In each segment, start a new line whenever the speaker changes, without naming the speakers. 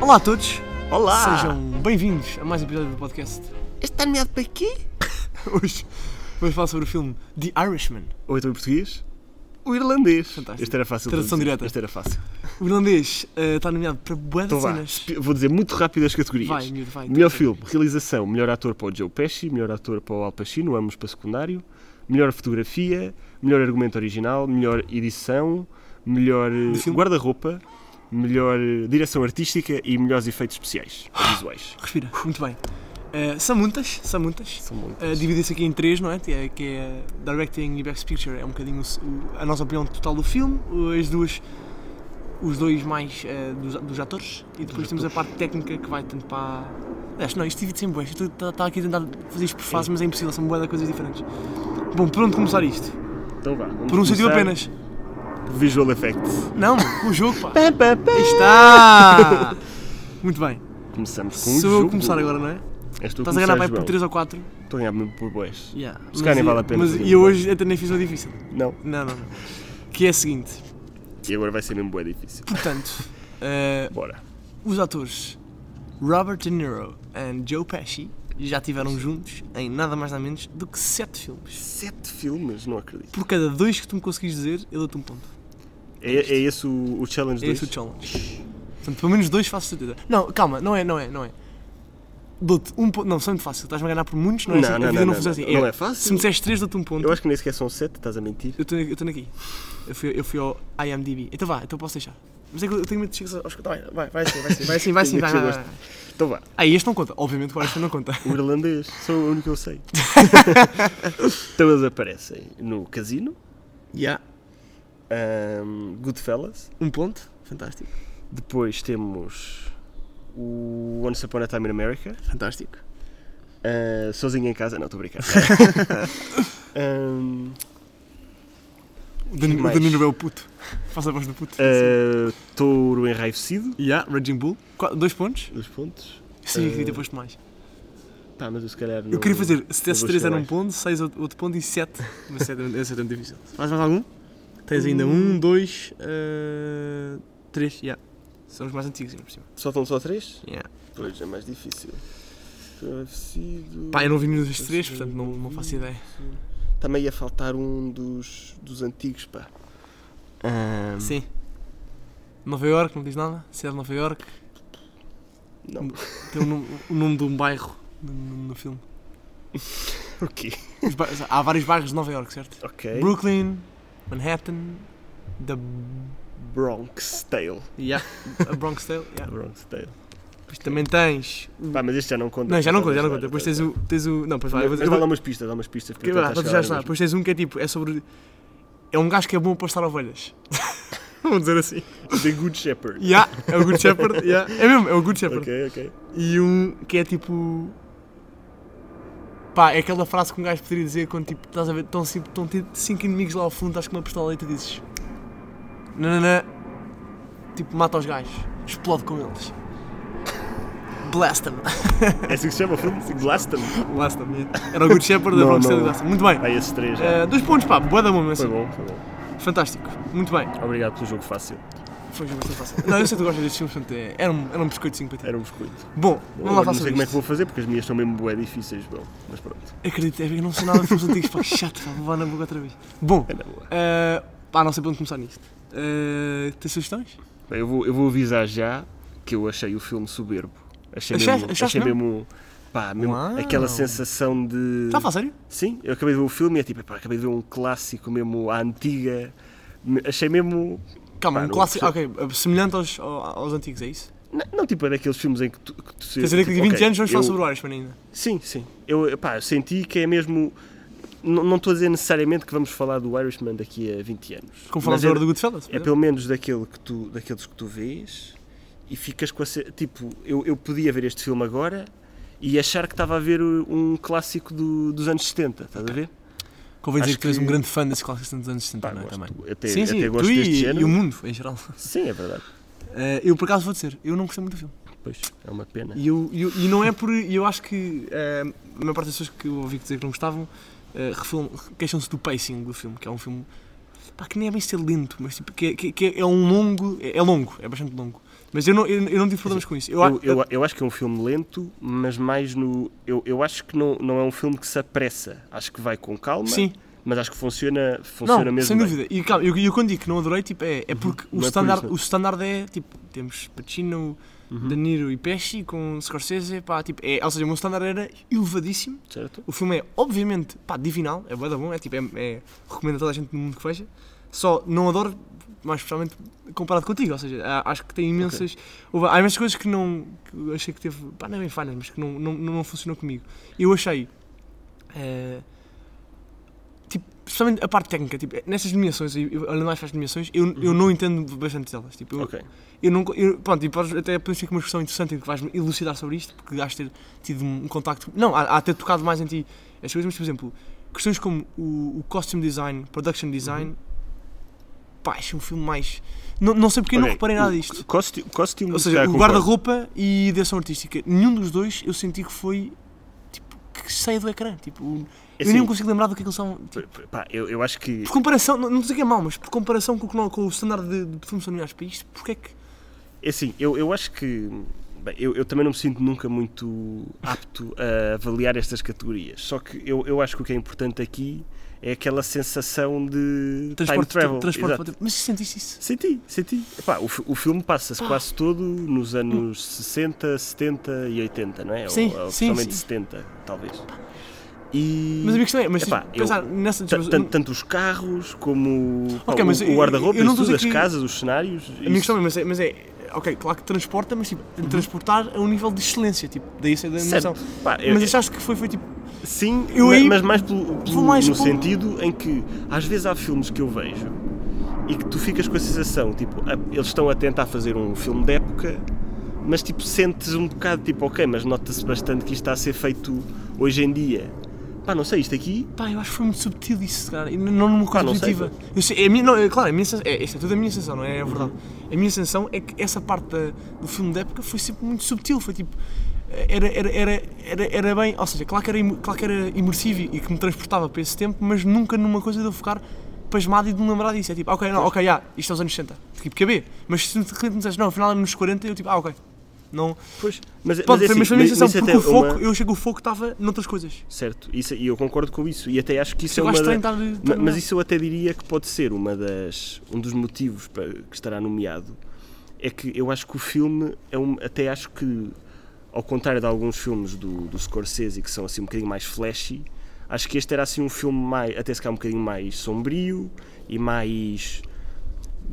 Olá a todos,
Olá! é
sejam bem-vindos a mais um episódio do podcast.
Está nomeado para quê?
Hoje vamos falar sobre o filme The Irishman.
Ou então em português? O irlandês.
Fantástico.
Este era fácil. de
Tradução
traduzir.
direta.
Este era fácil.
O irlandês eh, está nomeado para boas
Então vá,
cenas.
espi- vou dizer muito rápido as categorias.
Vai, miúdo, vai.
Melhor
tu-
filme, realização, melhor ator para o Joe Pesci, melhor ator para o Al Pacino, ambos para secundário, melhor fotografia, melhor argumento original, melhor edição, melhor eh,
filme?
guarda-roupa, melhor eh, direção artística e melhores efeitos especiais, ou visuais.
Respira, muito bem. Eh, são muitas, são muitas.
São muitos.
Eh, Divide-se aqui em três, não é? Que é, que é Directing e Best Picture, é um bocadinho o s- o- a nossa opinião total do filme, as duas, os dois mais eh, dos, dos atores, e depois temos a parte técnica que vai tanto para. Aliás, não, isto divide-se em boas. Está tá aqui a tentar fazer isto por fase, mas é impossível, são boas coisas diferentes. Bom, por onde começar isto?
Então vá, vamos
Por um sentido
começar.
apenas.
Visual effects.
Não, mano, com o jogo, pá.
Pá, pá, pá.
Aí está! Muito bem.
Começamos com um
Sou eu
jogo.
a começar agora, não é?
És tu
Estás a ganhar
começares,
pai por
João.
3 ou 4.
Estou a ganhar mesmo por boés.
Yeah.
Se calhar nem vale a pena
Mas
fazer
eu
um
hoje até nem fiz uma difícil.
Não.
Não, não, não. Que é a seguinte.
E agora vai ser mesmo boé difícil.
Portanto, eh,
Bora.
os atores Robert De Niro e Joe Pesci já estiveram juntos em nada mais nada menos do que 7 filmes.
Sete filmes, não acredito.
Por cada dois que tu me conseguires dizer, eu dou-te um ponto.
É, é esse o, o challenge
É
dois?
esse o challenge. Portanto, pelo menos dois faço certeza. Não, calma, não é, não é, não é. Dou-te um ponto. Não, são muito fácil. Estás-me a ganhar por muitos, não é assim?
Não,
a
não,
vida
não,
não,
não,
funciona assim.
não
Se me
é fácil.
disseres 3, dou-te um ponto.
Eu acho que nem sequer são sete, estás a mentir.
Eu estou eu estou aqui. Eu fui, eu fui ao IMDB. Então vá, então posso deixar. Mas é que eu tenho medo de chegar aos. Vai, vai, vai sim, vai sim, vai sim, vai sim, vai, vai, vai.
Então vá,
Ah, este não conta. Obviamente que o Alisson não conta.
o irlandês, sou o único que eu sei. então eles aparecem no Casino,
Yeah.
ahm, Goodfellas,
Um ponto. Fantástico.
depois temos o Once Upon a Time in America,
Fantástico.
ah, Sozinho em Casa, não, estou a brincar. Ahm,
O Danilo, o
mais?
Danilo é o puto. Faça a voz do puto.
ah, touro Enraivecido,
Yeah, Raging Bull. Qua- dois pontos.
dois pontos.
Eu sabia que devia ter
Eh,
posto mais.
Pá, mas eu se calhar não...
Eu queria fazer, se tivesse
vou
três
chegar
era um
mais.
ponto, seis outro outro ponto e sete. Mas sete é- esse é muito difícil. Faz mais algum? Tens ainda um, dois, eh, três. Yeah. São os mais antigos, ainda por cima.
Só estão só três?
Yeah.
Pois, é mais difícil. Travecido.
Pá, eu não vi nenhum dos três, portanto não, não faço ideia.
Também ia faltar um dos, dos antigos, pá. Ahm,
Sim. Nova York, não diz nada? Cidade de Nova York.
Não.
Tem o nome, o nome de um bairro no, no- no filme.
Ok.
Os ba- Há vários bairros de Nova York, certo?
Ok.
Brooklyn, Manhattan, The
Bronx Tale.
yeah. a Ah, Bronx Tale. Yeah.
Bronx Tale.
Depois também tens. o-
Pá, mas este já não conta.
Não, já não conta, já não
Vai,
conta. Depois
vai,
tens o. Tens o... Não, depois vai. Eu vou
Mas
dizer- eu
dá lá
vou-
umas pistas, dá umas pistas. para
que-
tentar
vá, vou
chegar
já
ao
está.
mesmo.
Depois tens um que é tipo. É sobre. É um gajo que é bom a pastar ovelhas. Vamos dizer assim.
The Good Shepherd.
Yeah, é o Good Shepherd. Yeah. É mesmo, é o Good Shepherd.
Ok, ok.
E um que é tipo. Pá, é aquela frase que um gajo poderia dizer quando tipo, estás a ver, estão cinco, estão ti- cinco inimigos lá ao fundo, estás com uma pistola e tu dizes. Nananã. Tipo, mata os gajos, explode com eles. Blast them.
É assim que se chama o filme? Glaston.
Blast them, yeah. Era o Good Shepherd da
Não,
Bronx
não.
Tale Blast them. Muito bem.
Ah, esses três. já.
Eh, dois pontos, pá, boa da momento.
Foi bom, foi bom.
Fantástico, muito bem.
Obrigado pelo jogo fácil.
Foi um jogo bastante fácil. Não, eu sei que tu gostas destes filmes, portanto, é- era um, era um biscoito 5 para ti.
Era um biscoito.
Bom, vamos lá
Agora não
falar
sei
sobre
como é que
isto.
vou fazer, porque as minhas são mesmo bué difíceis, bom. Mas pronto.
Acredito, é que eu não sei nada de filmes antigos, pá, que chato, pá, vou levar na boca outra vez. Bom,
É na boa.
Uh, pá, não sei para onde começar nisto. Uh, tens sugestões?
Bem, eu vou, eu vou avisar já que eu achei o filme soberbo. Achei
Achaste-
mesmo,
achaste
achei mesmo, Tá pá, mesmo
Uau.
aquela sensação de.
Está a falar Tá, sério?
Sim, eu acabei de ver o filme e é tipo, pá, acabei de ver um clássico mesmo à antiga. Me- Achei mesmo.
Calma,
Pá,
um
não
clássico. Ok, semelhante aos, ao- aos antigos, é isso?
Não, não, tipo, é daqueles filmes em que tu. Que tu tipo,
Quer dizer, daqui a 20 anos vamos
eu,
falar sobre o Irishman ainda.
Sim, sim. Eu, pá, eu senti que é mesmo. Não não estou a dizer necessariamente que vamos falar do Irishman daqui a 20 anos.
Como
Mas
falámos
é-
agora do Goodfellas. por
É
exemplo.
pelo menos daquele que tu, daqueles que tu vês e ficas com a. se- Tipo, eu, eu podia ver este filme agora e achar que estava a ver o- um clássico do- dos anos 70, estás a ver?
Convém dizer
acho
que tu és um
que-
grande fã desses clássicos dos anos 60, não é?
gosto.
Também.
Até,
sim, sim,
até gosto
tu
deste
e,
género.
e o mundo em geral.
Sim, é verdade.
Uh, eu, por acaso, vou dizer, eu não gostei muito do filme.
Pois, é uma pena.
E, eu, e eu- e não é por. e Eu acho que uh, a maior parte das pessoas que eu ouvi dizer que não gostavam uh, refilam- queixam-se do pacing do filme, que é um filme pá, que nem é bem ser lento, mas tipo, que, é- que- que é um longo. É é longo, é bastante longo. Mas eu não, eu, eu não tive problemas com isso. Eu,
Eu, eu, eu acho que é um filme lento, mas mais no. Eu, eu acho que não, não é um filme que se apressa. Acho que vai com calma,
sim,
mas acho que funciona, funciona
não,
mesmo.
sem
bem.
dúvida. E calma, eu, eu quando digo que não adorei, tipo, é, é porque o,
Não é por
standard,
isso.
o standard é tipo, temos Pacino,
Uhum.
De Niro e Pesci com Scorsese, pá, tipo, é, ou seja, o meu standard era elevadíssimo.
Certo?
O filme é, obviamente, pá, divinal, é bué da bom, é tipo, é, é- recomendo a toda a gente no mundo que veja. Só não adoro, mais especialmente comparado contigo, ou seja, há- acho que tem imensas. houve- há imensas coisas que não. que eu achei que teve. pá, não é bem falhas, mas que não, não, não funcionou comigo. Eu achei. eh, tipo, especialmente a parte técnica, tipo, nessas nomeações, e- e olhando mais para as nomeações, eu, eu não entendo bastante delas. Tipo, eu,
Ok.
eu não, eu, pronto, e podes, até podemos ter aqui uma discussão interessante em que vais elucidar sobre isto, porque acho ter tido um, um contacto. Não, há, há ter tocado mais em ti as coisas, mas por exemplo, questões como o, o costume design, production
Uhum.
design, pá, acho um filme mais. Não, não sei porque eu não
Ok,
reparei nada
o
disto.
costi- Costume,
Ou
já
seja, o
concordo.
guarda-roupa e direção artística, nenhum dos dois eu senti que foi tipo que saia do ecrã. Tipo,
É
eu nem
assim,
me consigo lembrar do que aquilo são. tipo,
pá, eu, eu acho que.
Por comparação, não, não sei que é mau, mas por comparação com, o que não- com o standard de, de filmes nomeados para isto, porque é que.
É assim, eu, eu acho que. bem, eu, eu também não me sinto nunca muito apto a avaliar estas categorias. Só que eu, eu acho que o que é importante aqui é aquela sensação de time
Transporte,
travel.
transporte para
Exato.
o tempo. Mas sentiste isso?
Senti, senti. Epá, o, fi- o filme passa-se
Ah.
quase todo nos anos 60, 70 e 80, não é?
Sim,
ou, ou
sim,
principalmente
sim.
70, talvez. E.
Mas a minha questão é, mas
Hum. Epá,
se
eu-
pensar nessa...
ta-
Desculpa,
tan- tanto os carros como pá,
hum, Ok,
o-
mas
o,
eu-
guarda-roupa,
eu não
isso
estou a dizer
tudo, as
que-
casas, os cenários.
a minha questão é, mas é, mas é... Ok, claro que transporta, mas tipo, transportar a um nível de excelência, tipo, daí isso é da
Uhum. Certo.
emoção.
Pá, eu-
Mas achaste que foi, foi tipo...
Sim,
Eu
ma-
aí
mas mais, pelo, pelo-
mais
no
pelo-
sentido em que às vezes há filmes que eu vejo e que tu ficas com a sensação, tipo, a- eles estão a tentar fazer um filme de época, mas tipo, sentes um bocado, tipo, ok, mas nota-se bastante que isto está a ser feito hoje em dia. Pá, não sei, isto aqui
Pá, eu acho que foi muito subtil isso, cara, e n- não numa coisa
Ah, não sei,
positiva. eu sei, é a minha, não, é, claro, a minha sensação, é, isto é tudo a minha sensação, não é, é verdade.
Uhum.
A minha sensação é que essa parte da- do filme da época foi sempre muito subtil, foi tipo... Era, era, era, era, era bem, ou seja, claro que era, im- claro que era imersivo e que me transportava para esse tempo, mas nunca numa coisa de eu ficar pasmado e de me lembrar disso. É tipo, ah, ok, não, ok, já, isto é os anos 60, tipo, KB. Mas se de repente me disseste, não, afinal é nos 40, eu tipo, ah, ok. Não,
Pois, mas,
Pode,
mas, é assim,
mas foi a minha
mas
sensação,
isso
porque
até
o
é uma-
foco, eu achei que o foco estava noutras coisas.
Certo, isso, e eu concordo com isso. E até acho que isso
Eu
é uma.
acho
da-
estranho estar- estar
ma- mas
nomeado.
isso eu até diria que pode ser uma das, um dos motivos para que estará nomeado. É que eu acho que o filme é um. Até acho que, ao contrário de alguns filmes do, do Scorsese que são assim um bocadinho mais flashy, acho que este era assim um filme mais. Até se calhar um bocadinho mais sombrio e mais.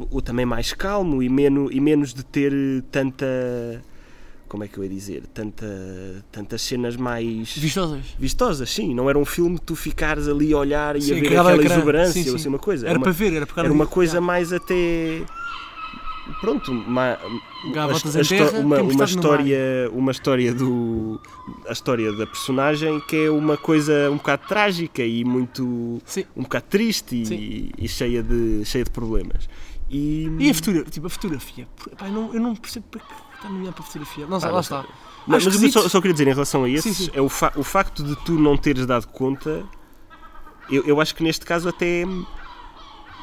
ou também mais calmo e, meno, e menos de ter eh, tanta. Como é que eu ia dizer? Tanta, tantas cenas mais
Vistosas.
vistosas, sim. Não era um filme que tu ficares ali a olhar e
Sim,
a ver
agarrado ao
aquela
ecrã.
exuberância
Sim, sim.
ou assim uma coisa.
Era
uma,
para ver, era para
era uma coisa mais até. Pronto, uma,
Gaivotas
a-
em
a histó-
terra,
uma, uma
tempestade no mar.
história, uma história do a história da personagem que é uma coisa um bocado trágica e muito
Sim.
um bocado triste
Sim.
e, e cheia de cheia de problemas. E,
E a fotografia, tipo, a fotografia. Por- pá, eu, não, eu não percebo porque está nomeado para fotografia. Não sei,
Ah,
lá
não
está.
Mas,
Acho
mas eu
esquisito.
só, só queria dizer em relação a esses,
Sim, sim.
é o, fa- o facto de tu não teres dado conta, eu, eu acho que neste caso até,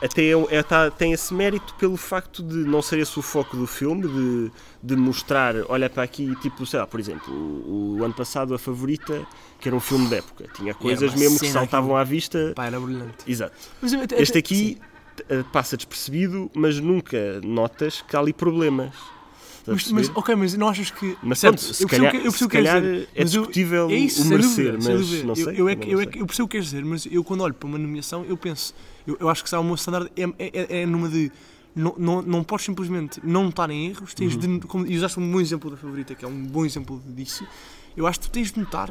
até é, é- tá- tem esse mérito pelo facto de não ser esse o foco do filme, de, de mostrar, olha para aqui, tipo, sei lá, por exemplo, o, o ano passado a favorita, que era um filme de época, tinha coisas
É uma
mesmo que
cena
saltavam à vista.
Pá, era brilhante.
Exato.
Mas eu até-
Este
até-
aqui eh, passa despercebido, mas nunca notas que há ali problemas. Estás
Mas,
a perceber?
mas, ok, mas não achas que.
Mas
certo,
pronto,
eu
se
percebo o
calhar,
que- é- eu percebo
se
o que queres
calhar
dizer,
é
mas eu-
discutível
é isso,
o
sem
merecer,
dúvida, sem
mas
dúvida.
não
Eu-
sei.
Eu, é
também
que,
não
eu, é
sei.
que, eu percebo o que queres dizer, mas eu quando olho para uma nomeação, eu penso. Eu, eu acho que se há uma standard, é, é, é numa de. Não, não, não podes simplesmente não estar em erros, tens
Uhum.
de, como, e usaste um bom exemplo da favorita, que é um bom exemplo disso. Eu acho que tu tens de notar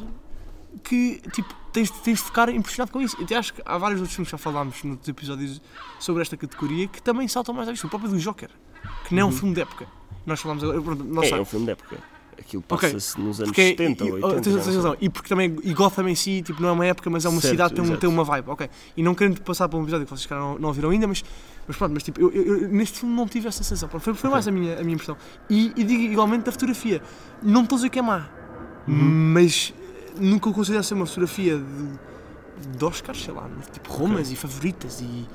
que tipo, tens, tens de ficar impressionado com isso. Eu até acho que há vários outros filmes que já falámos nos episódios sobre esta categoria que também saltam mais à vista. O próprio do Joker, que não é um filme de época. Nós falámos agora. pronto, Não sei.
Uhum. É, é um filme da época. Aquilo
Ok.
passa-se nos anos
Porque, é-
70
e- oh,
ou 80.
tens-
já não
tens
sei.
razão. E porque também e Gotham em si tipo, não é uma época, mas é uma
Certo,
cidade, tem, um-
exato.
tem uma vibe, ok. E não querendo passar para um episódio que vocês calhar, não, não viram ainda, mas, mas pronto, mas tipo, eu, eu- eu neste filme não tive essa sensação. Pronto, foi foi mais a minha, a minha impressão. E, e digo igualmente da fotografia. Não estou a dizer que é má,
Uhum.
mas eh, nunca o considero ser uma fotografia de, de Oscars, sei lá, mas, tipo Romas e favoritas e.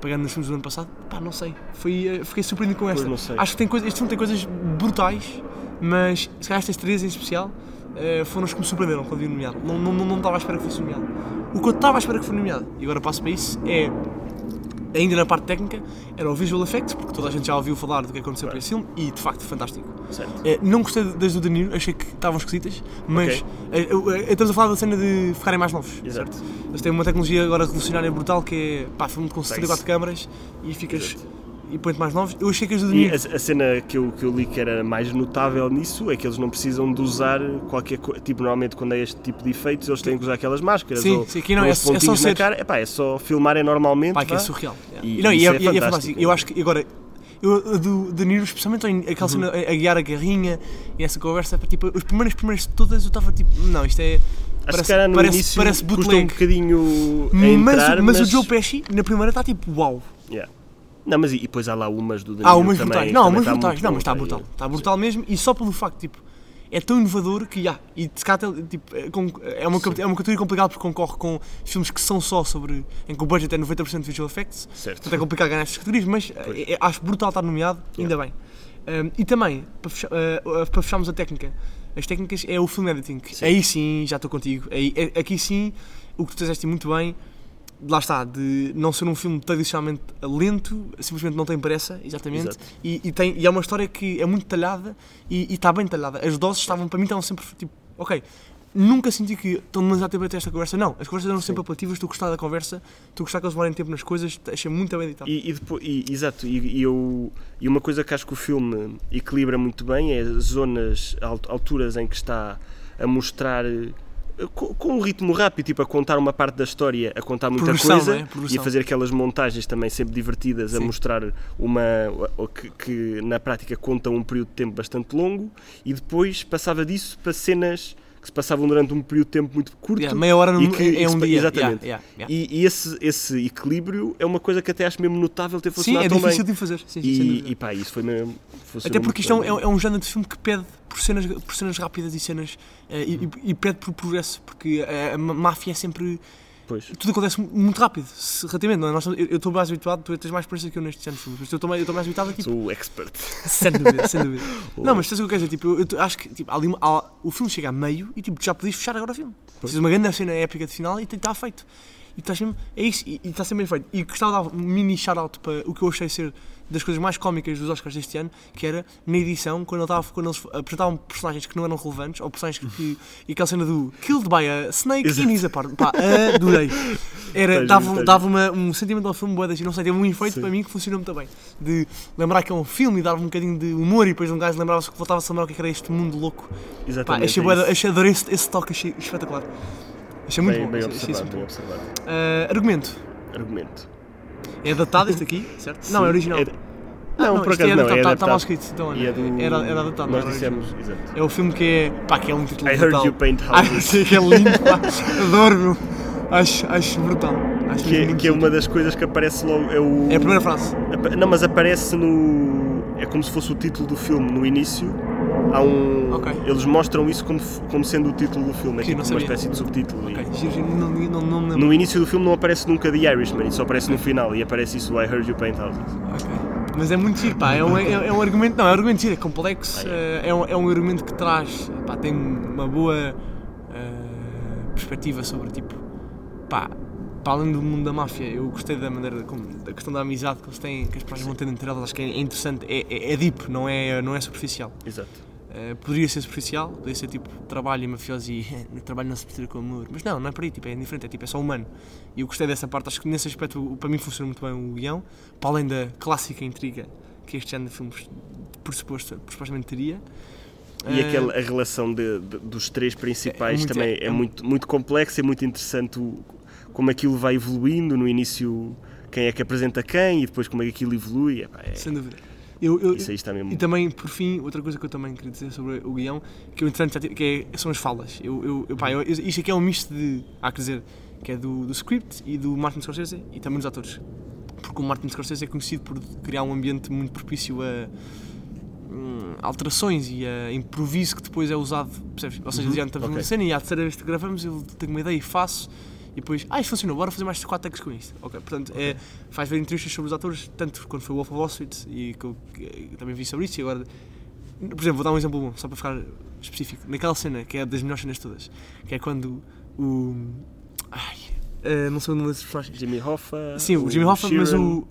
pegando nos filmes do ano passado, pá, não sei. Foi, eh, fiquei surpreendido com
Pois,
esta.
não sei.
Acho que tem coisa, este filme tem coisas brutais, mas se calhar estas três em especial eh, foram as que me surpreenderam quando vi o nomeado. Não, não, não, não estava à espera que fosse nomeado. O que eu estava à espera que fosse nomeado, e agora passo para isso, é. Ainda na parte técnica, era o visual effects, porque toda a gente já ouviu falar do que aconteceu para esse filme, e de facto, fantástico.
Certo.
Eh, não gostei das do Danilo, achei que estavam esquisitas, mas eh, eh, estamos a falar da cena de ficarem mais novos.
Exato.
certo? Eles têm uma tecnologia agora revolucionária brutal que é pá, filme com 74 câmaras e ficas
Exato.
e põe-te mais novos. Eu achei que as do
E é assim,
Danilo.
a, a cena que eu, que eu li que era mais notável nisso é que eles não precisam de usar qualquer coisa. Tipo, normalmente quando é este tipo de efeitos, eles têm que usar aquelas máscaras.
Sim,
ou,
sim, aqui não,
ou
é
os
só- é só
pontinhos na
ser-
cara. Epá, é só filmarem normalmente.
Pá, que é
vá.
surreal. yeah.
E
E, não, e é,
isso é
e é
fantástico,
fantástico.
é.
Eu acho que agora. Eu, a do De Niro, especialmente aquela
Uhum.
cena a, a guiar a garrinha e essa conversa, tipo, os primeiros, primeiros de todas eu estava tipo, não, isto é.
Acho que
Parece,
Ah, se calhar no
parece,
início
parece
custa um
bootleg.
bocadinho a
mas,
entrar,
mas, o Joe Pesci na primeira está tipo, uau.
Yeah. Não, mas e, e depois há lá umas do Danilo
Ah, umas
também,
brutais.
que
Não,
também
umas
está
brutais.
muito
Não,
boa,
mas está
tá aí.
brutal. Está brutal mesmo e só pelo facto, tipo, é tão inovador que, já, e de cá, tipo, é com- é uma, cap- é uma categoria complicada porque concorre com filmes que são só sobre, em que o budget é 90% visual effects,
Certo.
portanto é complicado ganhar estas categorias, mas eh, eh, acho brutal estar nomeado, ainda bem. Um, e também, para, fecha- eh, eh, para fecharmos a técnica, as técnicas é o film editing. Aí sim, já estou contigo. Aí, eh, aqui sim, o que tu fizeste muito bem, lá está, de não ser um filme tradicionalmente lento, simplesmente não tem pressa, exatamente.
Exato.
E, e tem, e é uma história que é muito talhada e e está bem talhada. As doses estavam, para mim, estavam sempre tipo, ok. Nunca senti que estão demasiado tempo até esta conversa. Não, as conversas eram sempre apelativas, estou a gostar da conversa, estou a gostar que eles demorem tempo nas coisas, achei muito bem editado.
E, e depois, e- exato, e, e eu, e uma coisa que acho que o filme equilibra muito bem é zonas, al- alturas em que está a mostrar eh, co- com, um ritmo rápido, tipo a contar uma parte da história, a contar muita
Progressão,
coisa
não é?
e a
Progressão.
fazer aquelas montagens também sempre divertidas a
Sim.
mostrar uma o- o que, que na prática conta um período de tempo bastante longo e depois passava disso para cenas que se passavam durante um período de tempo muito curto
Yeah, meia hora
e
num-
que-
é-
e
é
que se
um
pa-
dia.
exatamente.
Yeah, yeah, yeah.
E, e esse, esse equilíbrio é uma coisa que até acho mesmo notável ter
Sim,
funcionado
é
tão
difícil
bem.
de fazer. Sim, sim, sem dúvida.
E, e pá, isso foi mesmo. funcionou
Até porque
muito
isto é um,
bem.
é um- é um género de filme que pede por cenas, por cenas rápidas e cenas. eh, e, e- e pede por progresso, porque a, a ma- máfia é sempre.
Pois.
Tudo acontece mu- muito rápido, se- relativamente. Não é? Nós estamos- eu eu estou mais habituado, tu tens mais experiência que eu nestes anos de filmes, mas eu estou mais, eu estou mais habituado a tipo.
Sou o expert.
Sem dúvida, sem dúvida. não, mas estás o que eu quero dizer? Tipo, eu- eu tô- acho que tipo, há ali uma- há- o filme chega a meio e tipo, já podias fechar agora o filme. Precisas uma grande cena épica de final e está feito. E está sempre, é isso, e e está sempre bem feito. E gostava de dar um mini shout-out para o que eu achei ser das coisas mais cómicas dos Oscars deste ano, que era na edição, quando, ele tava, quando eles apresentavam personagens que não eram relevantes, ou personagens que. e aquela cena do Killed by a Snake
Exato.
in his apartment. Pá, adorei. Era,
Tens
dava,
muito,
dava uma- um sentimento ao filme boedas e não sei, teve um efeito
Sim.
para mim que funcionou muito bem. De lembrar que é um filme e dar um bocadinho de humor e depois um gajo lembrava-se que voltava a lembrar o que é que era este mundo louco. Pá,
Exatamente.
achei,
é
bué da-
isso.
achei adorei esse, esse toque, achei espetacular. Achei muito
bem,
bom.
bem
achei- achei isso
observado, é.
muito
bem
bom.
observado.
Ah, argumento.
Argumento.
É adaptado este aqui, certo? não, é
Sim,
original.
Não, por
isto é
acaso não.
adaptado, tá-
É
tá mal
adaptado.
escrito. Então,
E
olha,
é do-
era, era adaptado.
Nós
não era original.
dissemos, exato.
É o filme que é. pá, que é um título
I heard
brutal.
you paint
Ah,
houses.
sim, que é lindo, pá. Adoro, meu. Acho, acho brutal. Acho
Que é,
lindo.
que é uma das coisas que aparece logo. É o.
É a primeira frase.
Apa- Não, mas aparece no. É como se fosse o título do filme no início. Há um.
Ok.
Eles mostram isso como, f- como sendo o título do filme. É
Que eu não
tipo uma
sabia.
espécie de subtítulo. e-
Ok, giro, giro, não, não, não me lembro.
No início do filme não aparece nunca The Irishman, isso aparece no final e aparece isso I Heard You Paint Houses.
Ok. Mas é muito giro, pá. É um, é, é um argumento, não, é um argumento giro, é complexo.
Ah,
eh, é. um, é um argumento que traz, pá, tem uma boa eh, perspectiva sobre, tipo, pá, para além do mundo da máfia, eu gostei da maneira, como, da questão da amizade que eles têm, que as pessoas vão ter entre elas, acho que é é interessante, é, é, é deep, não é, não é superficial.
Exato.
Eh, poderia ser superficial, poderia ser tipo trabalho e mafioso e trabalho não se mistura com amor, mas não, não é por aí, tipo, é indiferente, é, tipo, é só humano. E eu gostei dessa parte, acho que nesse aspecto o- para mim funciona muito bem o guião, para além da clássica intriga que este género de filmes pressuposto, presupostamente teria.
E
Eh,
aquela a relação de- de- dos três principais
É muito-
também é,
é-
muito, muito complexa, é muito interessante o- como aquilo vai evoluindo no início, quem é que apresenta quem e depois como é que aquilo evolui. Epá, é-
Eh, Sem dúvida. Eu, eu-
isso é aí está mesmo.
E também, por fim, outra coisa que eu também queria dizer sobre o guião, que, eu, entretanto, já tive- que é- são as falas. Eu, eu, eu, pá, eu- isto aqui é um misto de. Há que dizer, que é do, do script e do Martin Scorsese e também dos atores. Porque o Martin Scorsese é conhecido por criar um ambiente muito propício a hum, alterações e eh, a improviso que depois é usado, percebes? Ou seja,
Uhum,
já estamos numa
ok.
cena e à terceira vez que gravamos eu tenho uma ideia e faço E depois, ah, isto funcionou, bora fazer mais 4 takes com isto. Ok, portanto, É, faz ver entrevistas sobre os atores, tanto quando foi o Wolf of Wall Street e que eu que- também vi sobre isso. E agora, por exemplo, vou dar um exemplo bom, só para ficar específico. Naquela cena, que é das melhores cenas todas, que é quando o. Ai, eh, não sei o nome das personagens.
Jimmy Hoffa.
Sim, o Jimmy Hoffa, mas
Sheeran,
o,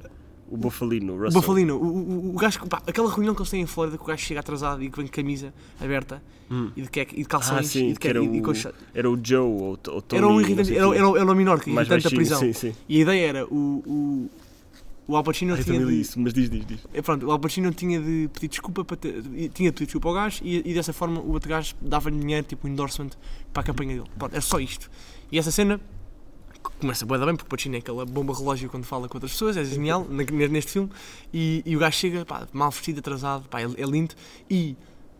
O Buffalino, o
o
Russell.
Bafalino, o, o, o gajo, que- pá, aquela reunião que eles têm em Flórida que o gajo chega atrasado e que vem de camisa aberta
Hum.
e de, que, é, e de
Ah,
calções
sim,
e de
que era
e, e com
o,
os-
era o Joe ou, o T- ou Tony.
era um
não
irritante,
sei
era,
quê.
era, era o menor que
mais
irritante da prisão.
baixinho, Sim, sim.
E a ideia era o, o, o Al Pacino
Ai,
tinha
também li
de,
isso, mas diz, diz, diz.
é, pronto, o Al Pacino tinha de pedir desculpa para ter- tinha de pedir desculpa ao gajo e, e dessa forma o outro gajo dava-lhe dinheiro, tipo um endorsement para a campanha dele. Pronto, era só isto. E essa cena começa bué da bem, porque o Pacino é aquela bomba relógio quando fala com outras pessoas, é genial na- ne- neste filme. E, e o gajo chega, pá, mal vestido, atrasado, pá, é, é lindo. E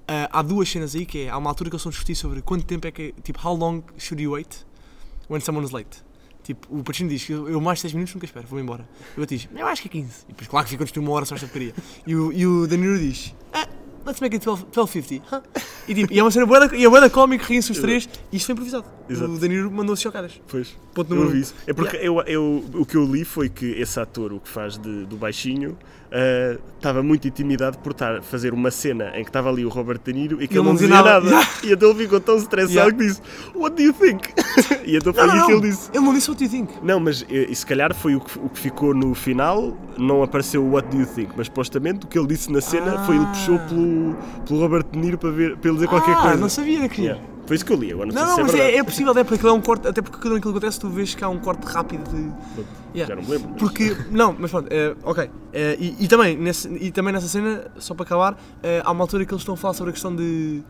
ah, há duas cenas aí que é, há uma altura que eles estão a discutir sobre quanto tempo é que, tipo, how long should you wait when someone's late? Tipo, o Pacino diz, eu, eu mais 6 minutos nunca espero, vou embora. E o outro diz, eu acho que é 15. E depois, claro que ficam-nos uma hora só esta porcaria. E o, e o De Niro diz, ah, let's make it 12 12.50. huh? E, tipo, e é uma cena boa, e é boa da cómica, riem-se os três, e isto foi improvisado.
Exato.
O De Niro mandou-se chocadas.
Pois.
Ponto
Eu
número
ouvi
um.
isso. É porque eu, eu- o que eu li foi que esse ator, o que faz de- do baixinho, ah, estava muito intimidado por estar a fazer uma cena em que estava ali o Robert De Niro e que ele não dizia nada.
Yeah.
E então ele ficou tão estressado
Yeah.
que disse: What do you think? e então foi
Não, não,
isso que
não.
ele disse.
Ele não disse what you think.
Não, mas eh, e, e se calhar foi o que, o que ficou no final, não apareceu o What Do You Think, mas supostamente o que ele disse na cena
Ah.
foi ele puxou pelo, pelo Robert De Niro para, ver, para ele dizer qualquer
ah,
coisa.
não sabia que.
Yeah. Foi isso que eu li, agora não,
Não, não,
sei
mas
se é
é,
verdade.
é possível, é porque aquilo é um corte, até porque quando aquilo acontece tu vês que há um corte rápido de. Yeah.
Já não me lembro. mas-
Porque, não, mas pronto, eh, ok. Eh, e, e também nesse- e também nessa cena, só para acabar, eh, há uma altura que eles estão a falar sobre a questão de.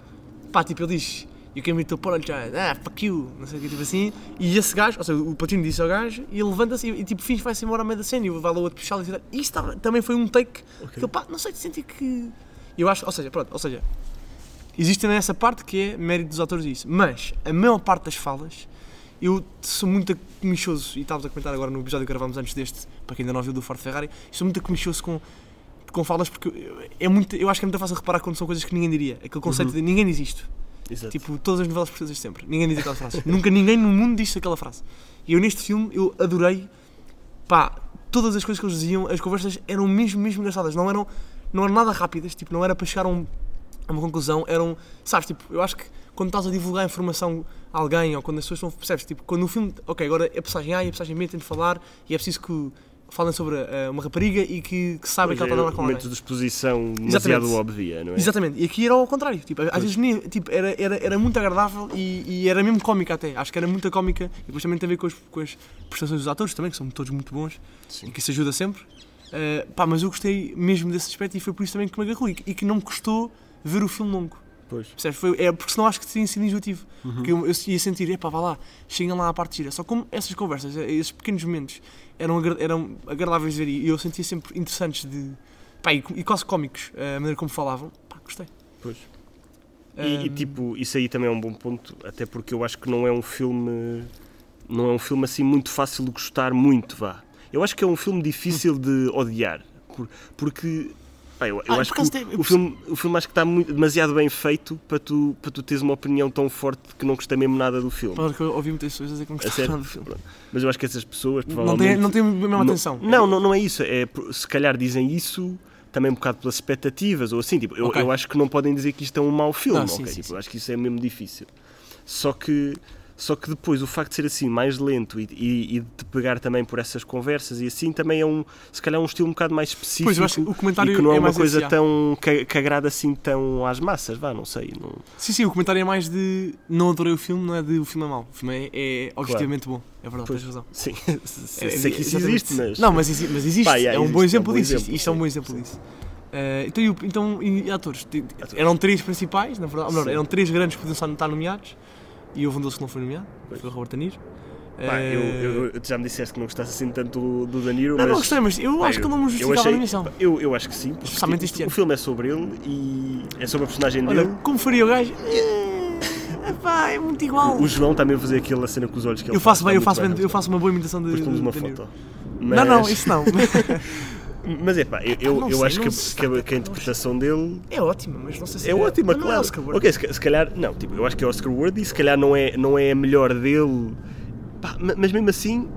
Pá, tipo, ele diz. You came here to apologize, ah, fuck you, não sei o que, tipo assim. E esse gajo, ou seja, o Patino disse ao gajo, e ele levanta-se e, e, tipo, finge que vai-se embora ao meio da cena e vai lá o outro puxá-lo e tal. E isto tava- também foi um take que eu, pá, não sei, senti que. Eu acho, ou seja, pronto, ou seja, existe também essa parte que é mérito dos autores e isso. Mas a maior parte das falas, eu sou muito comichoso, e estávamos a comentar agora no episódio que gravámos antes deste, para quem ainda não viu do Ford Ferrari, sou muito comichoso com, com falas porque eu- é muito, eu acho que é muito fácil reparar quando são coisas que ninguém diria. Aquele conceito de ninguém diz isto.
Exato.
Tipo, todas as novelas portuguesas de sempre. Ninguém diz aquela frase. Nunca ninguém no mundo diz aquela frase. E eu neste filme, eu adorei. Pá, todas as coisas que eles diziam, as conversas eram mesmo, mesmo engraçadas. Não eram, não eram nada rápidas, tipo, não era para chegar a, um- a uma conclusão. Eram, sabes, tipo, eu acho que quando estás a divulgar informação a alguém ou quando as pessoas estão, percebes, tipo, quando o filme, ok, agora é a passagem A e a passagem B, tem de falar e é preciso que falem sobre eh, uma rapariga e que, que sabem
Pois
que ela
é,
está a
o
falar com alguém.
momento de exposição demasiado óbvia, não é?
Exatamente, e aqui era ao contrário, tipo, às vezes nem- tipo, era, era, era muito agradável e, e era mesmo cómica até, acho que era muita cómica e depois também tem a ver com as, com as prestações dos atores também, que são todos muito bons
Sim.
e que isso ajuda sempre, Eh, pá, mas eu gostei mesmo desse aspecto e foi por isso também que me agarrou e, que- e que não me custou ver o filme longo.
Pois.
Percebes? Foi, é porque senão acho que teria sido enjoativo.
Uhum.
Porque eu, eu ia sentir, epá, vá lá, cheguem lá à parte gira. Só como essas conversas, eh, esses pequenos momentos eram, agra- eram agradáveis de ver e eu sentia sempre interessantes de. Pá, e, e quase cómicos, eh, a maneira como falavam. Pá, gostei.
Pois. E, e,
Ahm,
tipo, isso aí também é um bom ponto, até porque eu acho que não é um filme não é um filme assim muito fácil de gostar muito, vá. Eu acho que é um filme difícil de odiar, por- porque pá, eu, eu
Ah, por
acho que
acaso
o,
tem-
o filme, o filme acho que está muito- demasiado bem feito para tu, para tu teres uma opinião tão forte que não gostei mesmo nada do filme.
Claro que eu ouvi muitas pessoas dizer que não
A
gostaram
sério.
do filme.
Pronto. Mas eu acho que essas pessoas
Não tem,
provavelmente
não tem a mesma
Não-
atenção.
Não, não, não é isso. É, por- se calhar dizem isso também um bocado pelas expectativas ou assim. Tipo, eu,
Ok.
eu acho que não podem dizer que isto é um mau filme.
Ah, sim,
ok?
sim,
Tipo,
sim.
eu acho que isso é mesmo difícil. Só que, só que depois o facto de ser assim mais lento e, e, e de te pegar também por essas conversas e assim também é um, se calhar, um estilo um bocado mais específico.
Pois, eu acho que o comentário
e que não é,
é
uma
mais
coisa
esse, já.
tão que, que agrada assim tão às massas, vá, não sei. Não...
Sim, sim, o comentário é mais de não adorei o filme, não é de o filme é mau. O filme é, é objetivamente bom. É verdade,
Pois.
tens razão.
Sim, se,
É,
se é que isso
exatamente.
existe, mas.
Não, mas, exi- mas existe.
Pá, yeah,
é um
existe,
bom exemplo disso.
exemplo,
Isto- Isto é um bom exemplo disso. Eh, então, e, o- então, e atores? Ti- Eram três principais, na verdade. Ou melhor,
Sim.
eram três grandes que podiam estar nomeados. E houve um deles que não foi nomeado.
Pois.
Foi o Robert Anir.
Pá, eu, eu- eu- tu já me disseste que não gostaste assim tanto do, do Danilo,
eh, Não,
mas.
não gostei, mas eu
Pá,
acho que ele não me justificava a nomeação.
Eu, eu acho que sim. porque
Especialmente este ano.
O filme é sobre ele e é sobre a personagem
Olha,
dele.
como faria o gajo? Eh, epá, é muito igual.
O João está mesmo a fazer aquela cena com os olhos que ele
Eu faço
faz,
bem, eu
está
faço
muito tá
bem, eu faço uma boa imitação de.
Depois pomos uma
de Niro.
foto.
Não, não,
Mas-
isso não.
Mas é pá, eu, eu,
não
eu
sei,
acho que,
não sei.
que a- que a interpretação dele
é ótima, mas não sei se
é ótima,
Não, não é
claro.
Oscar worthy.
ok, se, ca- se calhar, não, tipo, eu acho que é Oscar Worthy, se calhar não é, não é a melhor dele Pá, ma- mas mesmo assim,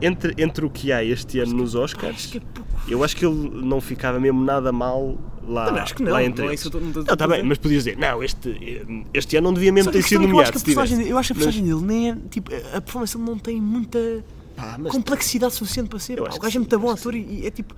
entre, entre o que há este ano nos
Acho
Oscars,
que é pouco.
eu acho que ele não ficava mesmo nada mal lá,
Também acho que não.
lá entre
não é
eles.
isso que eu tô- não tô-
Não, está
tô a
bem,
dizer.
mas podias dizer, não, este, este ano não devia
Só
mesmo
que a
ter
questão
sido
é que eu acho
nomeado.
que a
se tivesse.
personagem, eu acho que a personagem dele nem é. Tipo, a- a performance dele não tem muita
Pá, mas-
complexidade suficiente para ser.
Eu
pá.
acho
O
que
gajo é
sim,
muito
eu
bom
acho
ator e, e é tipo.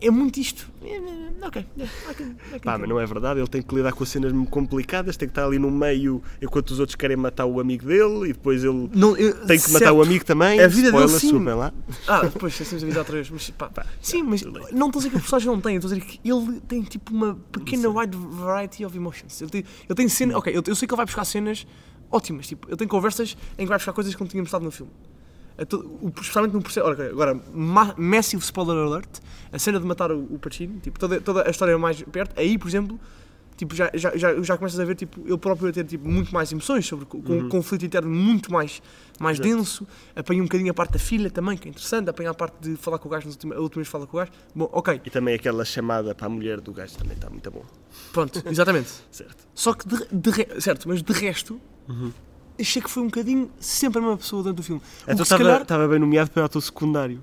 É muito isto. É, é, é, Ok. é, ok, ok,
Pá,
ok.
mas não é verdade, ele tem que lidar com cenas mesmo complicadas, tem que estar ali no meio enquanto os outros querem matar o amigo dele e depois ele
Não, eu-
tem que matar
certo.
o amigo também.
A vida dele,
Spoiler,
sim.
subem lá.
Ah, depois esquecemos de avisar outra vez. Mas, pá,
Pá,
sim, mas
tudo bem.
não estou a dizer que a personagem não tem, estou a dizer que ele tem tipo uma pequena wide variety of emotions. Ele tem, ele tem cenas. Ok, eu, eu sei que ele vai buscar cenas ótimas. Tipo, ele tem conversas em que vai buscar coisas que não tínhamos estado no filme. A to- o- Especialmente no processo. Olha, agora, ma, massive spoiler alert: a cena de matar o, o Pacino, tipo, toda, toda a história mais perto. Aí, por exemplo, tipo, já, já, já, já começas a ver tipo, ele próprio a ter tipo, muito mais emoções, sobre co- com um conflito interno muito mais, mais denso. Apanha um bocadinho a parte da filha também, que é interessante. Apanha a parte de falar com o gajo, nas última- a última vez que fala com o gajo. Bom, ok,
E também aquela chamada para a mulher do gajo também está muito bom,
pronto, exatamente.
certo?
Só que, de, de re- certo, mas de resto, achei que foi um bocadinho sempre a mesma pessoa dentro do filme. O que
Então
se
estava
calhar-
estava bem nomeado para ator secundário.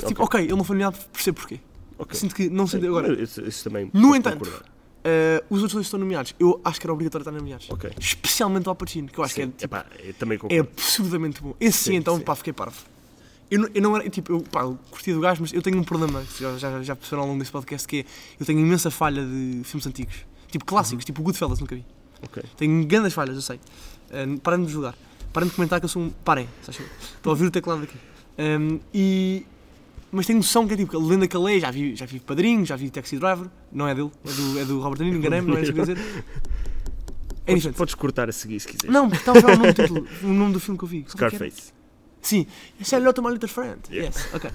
que, tipo, ok, ele não foi nomeado, percebo porquê.
Ok.
Sinto que não sinto
Sim,
agora.
Isso, isso também.
No
posso
entanto,
concordar.
eh, os outros dois estão nomeados. Eu acho que era obrigatório estar nomeados.
Ok.
Especialmente o Al Pacino, que eu acho que é
Sim,
tipo,
epá, eu também
é
concordo.
absurdamente bom. Esse sim,
Sim,
então,
sim.
pá, fiquei parvo. Eu não, eu não era, tipo, eu, pá, eu curti do gajo, mas eu tenho um problema, que já, já, já perceberam ao longo desse podcast, que é, eu tenho imensa falha de filmes antigos. Tipo, clássicos, tipo Goodfellas, nunca vi.
Ok.
Tenho grandes falhas, eu sei. Uh, parem de me julgar. Parem de comentar que eu sou um... Parem, sabes? Estou a ouvir o teclado aqui. Um, e... Mas tenho noção que é tipo, a lenda que ele é, já vi, já vi Padrinho, já vi Taxi Driver, não é dele, é do, é do Robert De Niro, enganei-me, não é isso que eu ia dizer. É
Podes,
diferente.
podes cortar a seguir se quiseres.
Não, porque estava a falar o nome do título, o nome do filme que eu vi. Como é que era?
Scarface.
Sim, esse é Hello to My Little Friend.
Yeah.
Yes, ok.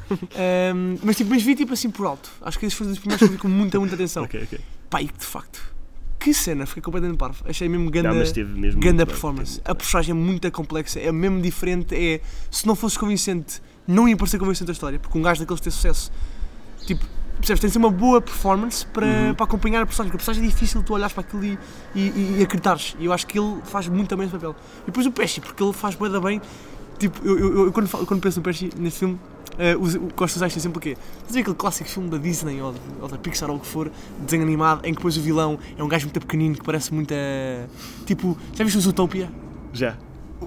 Um, mas, tipo, mas vi tipo assim por alto. Acho que esse foi um dos primeiros que eu vi com muita, muita atenção.
Ok, ok.
Pai, de facto, que cena, fiquei completamente parvo. Achei mesmo ganda.
Não, mas teve mesmo. muito
Ganda
bem,
performance.
teve
A
muito bem.
personagem é muito complexa, é mesmo diferente. É, se não fosse convincente, não ia parecer convincente a história, porque um gajo daqueles ter sucesso, tipo, percebes? Tem de ser uma boa performance para,
Uhum.
para acompanhar a personagem, porque a personagem é difícil tu olhares para aquilo e, e, e, e acreditares. E eu acho que ele faz muito bem esse papel. E depois o Pesci, porque ele faz bué da bem. Tipo, eu, eu- eu quando, falo- quando penso no Pesci neste filme, eh, uso- gosto de usar este exemplo porque Estás a ver aquele clássico filme da Disney ou, de- ou da Pixar ou o que for, desenho animado, em que depois o vilão é um gajo muito pequenino que parece muito a. Tipo, já viste o Zootopia?
Já.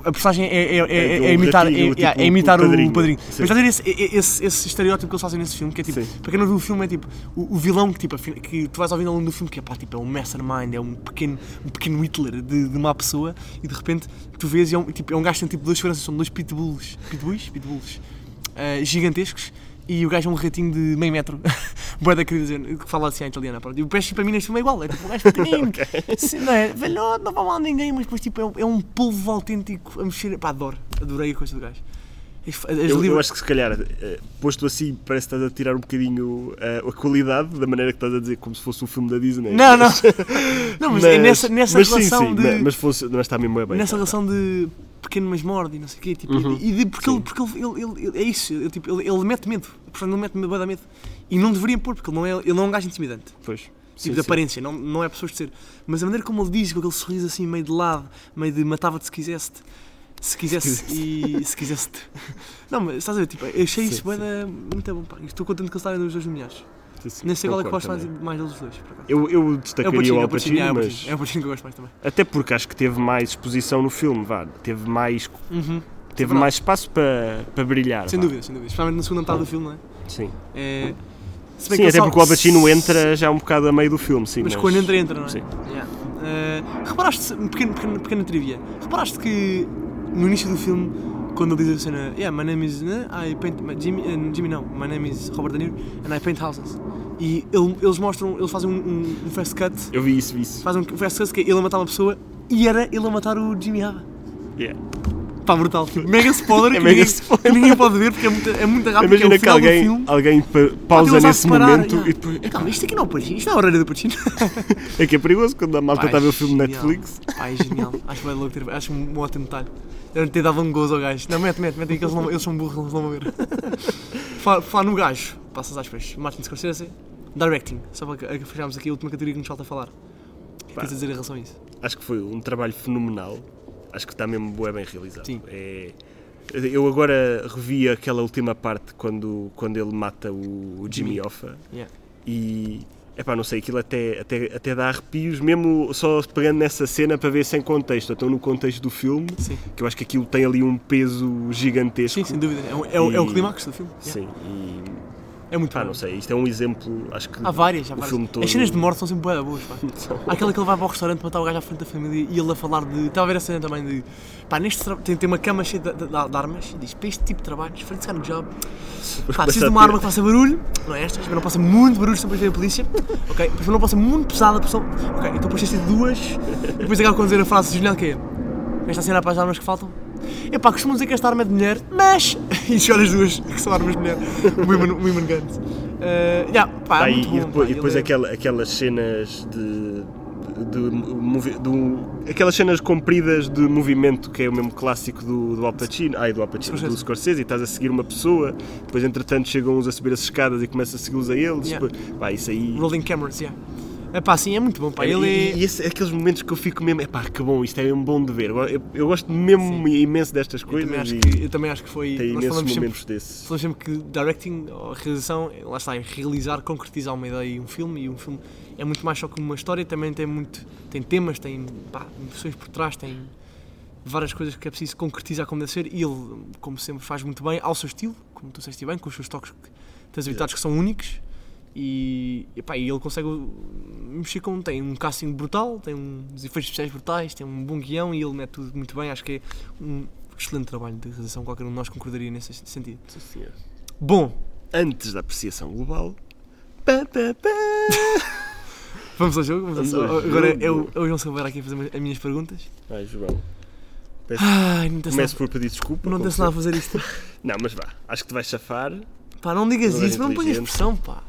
A personagem é, é- é-
É de um
é imitar, é,
ratinho,
é- é
tipo,
imitar
o
o
padrinho.
padrinho.
Sim.
Mas estás a ver esse, é- é- esse- esse estereótipo que eles fazem nesse filme, que é tipo,
Sim.
para quem não viu o filme, é tipo, o, o vilão que, tipo, afina- que tu vais ouvindo ao longo do filme, que é pá, tipo, é um mastermind, é um pequeno, um pequeno Hitler de, de uma pessoa, e de repente tu vês, e é um, tipo, é um gajo que tem tipo duas diferenças, são dois pitbulls, pitbulls, pitbulls, ah, gigantescos, e o gajo é um ratinho de meio metro, boa da querida, dizer, que fala assim à italiana, pronto. E o Pesci para mim neste filme é igual, é tipo um gajo pequenino, Sim, não é? Velhote, não vai mal a ninguém, mas depois tipo, é, um- é um polvo autêntico a mexer. Pá, adoro. Adorei a coisa do gajo. As, as
Eu, eu
libras-
acho que se calhar, eh, posto assim, parece que estás a tirar um bocadinho eh, a qualidade da maneira que estás a dizer, como se fosse um filme da Disney.
Não, não. não, mas, é nessa, nessa
mas sim,
relação
sim,
de.
mas- Mas, fosse, mas está mesmo bem. bem,
nessa
tá,
relação de pequeno mas morde e não sei o quê. Tipo,
Uhum.
e de, porque
Sim.
ele, porque ele, ele- ele- ele- é isso. Ele, tipo, ele, ele mete medo. Portanto, ele mete medo, vai dar medo. E não deveria pôr, porque ele não é, ele não é um gajo intimidante.
tá. Pois.
Tipo, de aparência, não, não é pessoas de ser. Mas a maneira como ele diz, com aquele sorriso assim, meio de lado, meio de matava-te se quisesse. Se quisesse, e. se quisesse. Não, mas estás a ver, tipo, eu achei
Sim,
isso bué da- muito bom, pá. E Estou contente que eles estarem nos dois nomeados.
Sim, sim,
Nem sei qual é que eu
concordo
gosto mais,
também.
mais deles dois, por acaso.
Eu, eu
É o
destacaria
Pacino,
o
é o
Al
Pacino, é
Pacino,
o
mas...
Pacino, é o Pacino que eu gosto mais também.
Até porque acho que teve mais exposição no filme, vá. Teve mais,
Uhum.
teve
verdade.
mais espaço para, para brilhar.
Sem
vá.
dúvida, sem dúvida. Especialmente na segunda metade do filme, não é?
Sim,
é... se bem
sim
que
até
só-
porque o Al Pacino entra já um bocado a meio do filme, sim.
Mas quando entra, entra, não é?
Sim.
Yeah. Uh, reparaste, um pequeno, pequeno, pequena trivia, reparaste que no início do filme, quando ele diz a cena, yeah, my name is, né, I paint, my- Jimmy, uh, Jimmy não, my name is Robert De Niro, and I paint houses. E ele- eles mostram, eles fazem um, um, um fast cut,
Eu vi isso, vi isso.
fazem um fast cut que é ele a matar uma pessoa, e era ele a matar o Jimmy Hava.
Yeah.
Está brutal. Tipo, mega spoiler,
É
que,
mega
ninguém,
spoiler.
que ninguém pode ver porque é muito, é muito rápido. que é
Imagina
o
que
final do
alguém,
filme.
alguém pa- pausa
Eles a
nesse
separar,
momento
yeah.
e depois. "É que-
Calma, isto aqui não é o Pacino, isto é a orelha do Pacino.
É que é perigoso quando a malta
Pá,
está a ver o filme
genial.
Netflix.
Pá, é genial. Acho que vai logo ter. Acho um ótimo detalhe. Era ter dado um gozo ao gajo. Não, mete, mete, mete, aí que eles, não, eles são burros, eles não vão ver. Falar no gajo, passas às peixes. Martin Scorsese, directing. Só para que- que fecharmos aqui a última categoria que nos falta falar. O que
Pá.
tens a dizer em relação a isso?
Acho que foi um trabalho fenomenal. Acho que está mesmo bué bem realizado.
Sim.
É- Eu agora revi aquela última parte quando, quando ele mata o, o Jimmy Hoffa
Yeah.
e. Epá, não sei, aquilo até, até, até dá arrepios, mesmo só pegando nessa cena para ver sem contexto. Então, no contexto do filme,
Sim.
que eu acho que aquilo tem ali um peso gigantesco.
Sim, sem dúvida. É, o- é, o- é o
E-
clímax do filme. Yeah.
Sim, e.
É muito
Pá,
bom.
não sei, isto é um exemplo, acho que.
Há várias, há
o
várias.
filme todo-
As cenas de morte são sempre bué boas, pá. Há aquela que ele vai para o restaurante matar o gajo à frente da família e ele a falar de. Estava a ver a cena também de. Pá, neste tra... tem, tem uma cama cheia de, de- de armas e diz: para este tipo de trabalhos, frente no job. Pá, preciso de uma arma que faça barulho, não é estas, mas não possa muito barulho, senão depois vem a polícia. Ok? Depois não possa muito pesada, a pessoa. Ok, então depois tens de ter duas. E depois acaba com dizer a frase genial que é: Esta cena para as armas que faltam. Epá, costumo dizer que esta arma é de mulher, mas. e chora as duas, que são armas de mulher. Um Women, women guns. Eh, yeah, pá,
Pá,
é
e,
muito bom,
e depois,
pá,
e depois
ele é-
aquela- aquelas cenas de. de, de movi- do- aquelas cenas compridas de movimento que é o mesmo clássico do, do Al Pacino, ai, do Al Pacino,
Scorsese.
do Scorsese, e estás a seguir uma pessoa, depois entretanto chegam uns a subir as escadas e começa a segui-los a eles.
Yeah.
depois- pá, isso aí.
Rolling cameras, yeah. Epá, sim, é muito bom, pá.
E-
Ele é.
E, e esse- aqueles momentos que eu fico mesmo, epá, que bom, isto é mesmo bom de ver. Eu, eu- eu gosto mesmo imenso destas
Eu também,
coisas
acho
e
que, eu também acho que foi.
tem
nós
imensos
falamos sempre,
momentos desses.
falamos sempre que directing ou realização, lá está, é realizar, concretizar uma ideia e um filme. E um filme é muito mais só que uma história, também tem muito. tem temas, tem pá, emoções por trás, tem várias coisas que é preciso concretizar como deve ser. E ele, como sempre, faz muito bem, ao seu estilo, como tu disseste bem, com os seus toques que tens habitados que são únicos. E, epá, e ele consegue mexer com. tem um casting brutal, tem uns efeitos especiais brutais, tem um bom guião e ele mete tudo muito bem. Acho que é um excelente trabalho de realização, qualquer um de nós concordaria nesse sentido.
Sim, senhor.
Bom,
Antes da apreciação global. pá, pá, pá.
vamos ao jogo. Vamos ao
Vamos ao
jogo. Agora
jogo.
é o, é o João Silveira aqui a fazer as minhas perguntas.
Ai, João.
Ai, não tem
Começo por pedir desculpa.
Ah, não
como
tem nada a
sempre.
fazer isto.
Não, mas vá, acho que te vais safar.
Pá, não digas
Não é
isso, não ponhas
inteligente.
pressão, pá.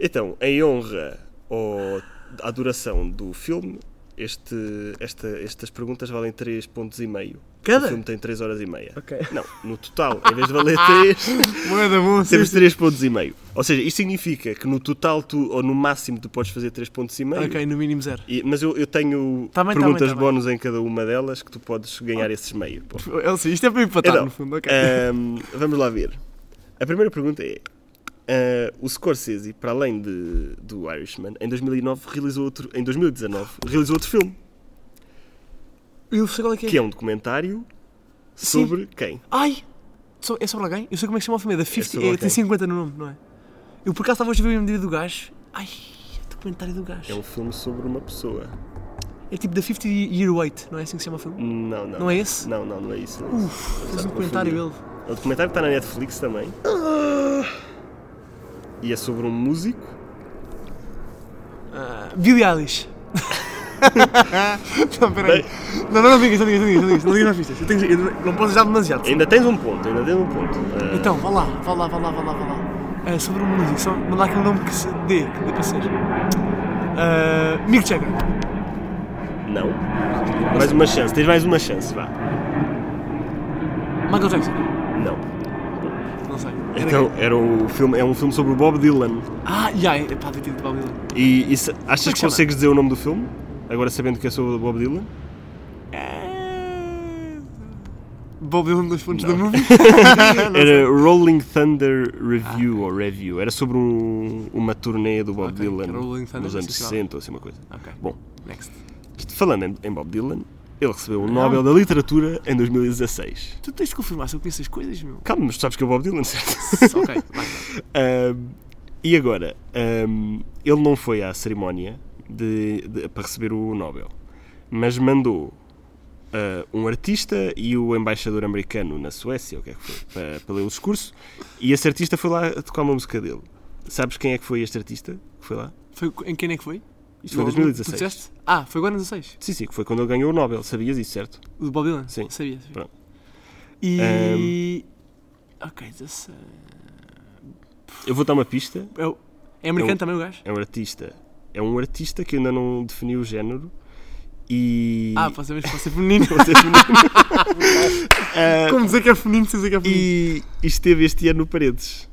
Então, em honra ao, à duração do filme, este, esta, estas perguntas valem 3 pontos e meio.
Cada?
O filme tem 3 horas e meia.
Ok.
Não, no total, em vez de valer 3,
Moeda bom,
temos 3 pontos e meio. Ou seja, isto significa que no total, tu, ou no máximo, tu podes fazer 3 pontos e meio.
Ok, no mínimo zero.
E- mas eu, eu tenho
Tá bem, tá
perguntas
bem, tá bem.
bónus em cada uma delas que tu podes ganhar esses meio. Pô.
Eu sei, isto é para empatar
Então,
no fundo, ok.
Ahm, vamos lá ver. A primeira pergunta é: ah, o Scorsese, para além de, do Irishman, em 2009 realizou outro, em 2019 realizou outro filme,
Eu sei qual é que é.
que é um documentário
Sim.
sobre quem?
Ai! so- É sobre alguém? Eu sei como é que se chama o filme, é da 50,
sobre
é,
alguém.
tem 50 no nome, não é? Eu por acaso estava hoje a ver o MDB do gajo. Ai, documentário do gajo.
É um filme sobre uma pessoa.
É tipo da 50 Year Wait, não é assim que se chama o filme?
Não, não.
Não é esse?
Não, não, não é isso. Não é isso.
Uf, fez um
Estava a
documentário
confundir.
ele.
É um documentário que está na Netflix também. E é sobre um músico.
Ah, Billie Eilish. não, peraí. Não, não, não digas, não digas, não digas, não digas, não digas mais pistas. Eu tenho- eu não- não posso já demasiado.
Ainda tens um ponto, ainda tens um ponto. Ah,
Então, vá lá, vá lá, vá lá, vá lá, vá lá. Ah, sobre o músico, só manda lá aquele nome que se dê, que dê para ser. Ah, Mick Jagger.
Não.
Então,
Mais uma chance, tens mais uma chance, vá.
Michael Jackson.
Não.
Não sei. Era
Então, era o filme, é um filme sobre o Bob Dylan.
Ah, e aí, epá, detido de Bob Dylan.
E, e se-
Como é
achas
que
que
chama?
consegues dizer o nome do filme? Agora sabendo que é sobre o Bob Dylan?
É... Bob Dylan dos pontos da
Não.
movie?
Era Rolling Thunder Review ou Review. Era sobre um- uma turnê do Bob
Ah, Ok,
Dylan
Rolling Thunder,
nos
sim,
anos
sim, lá.
60 ou assim uma coisa.
ok,
Bom,
next.
isto- falando em, em Bob Dylan, ele recebeu
Ah.
o Nobel da Literatura em 2016.
Tu tens de confirmar se eu conheço as coisas, meu.
Calma, mas tu sabes que é o Bob Dylan, certo?
ok, vai.
Ahm, e agora, ahm, ele não foi à cerimónia de- de- para receber o Nobel, mas mandou ah, um artista e o embaixador americano na Suécia, o que é que foi, para, para ler o discurso, e esse artista foi lá tocar uma música dele. Sabes quem é que foi este artista que foi lá?
Foi, em quem é que foi?
Isto foi em
Não, Tu
2016.
disseste? Ah, foi agora em 16.
Sim, sim, que foi quando ele ganhou o Nobel, sabias isso, certo?
O do Bob Dylan?
Sim.
Sabia. sabia.
Pronto.
E. Ok, 16.
Eu vou dar uma pista.
É, o- é americano
Eu-
também o gajo?
É um artista. É um artista que ainda não definiu o género. E.
Ah, pode ser mesmo, pode ser feminino.
Pode ser feminino. Ah,
Como dizer que é feminino sem dizer que é feminino?
e esteve este ano no Paredes.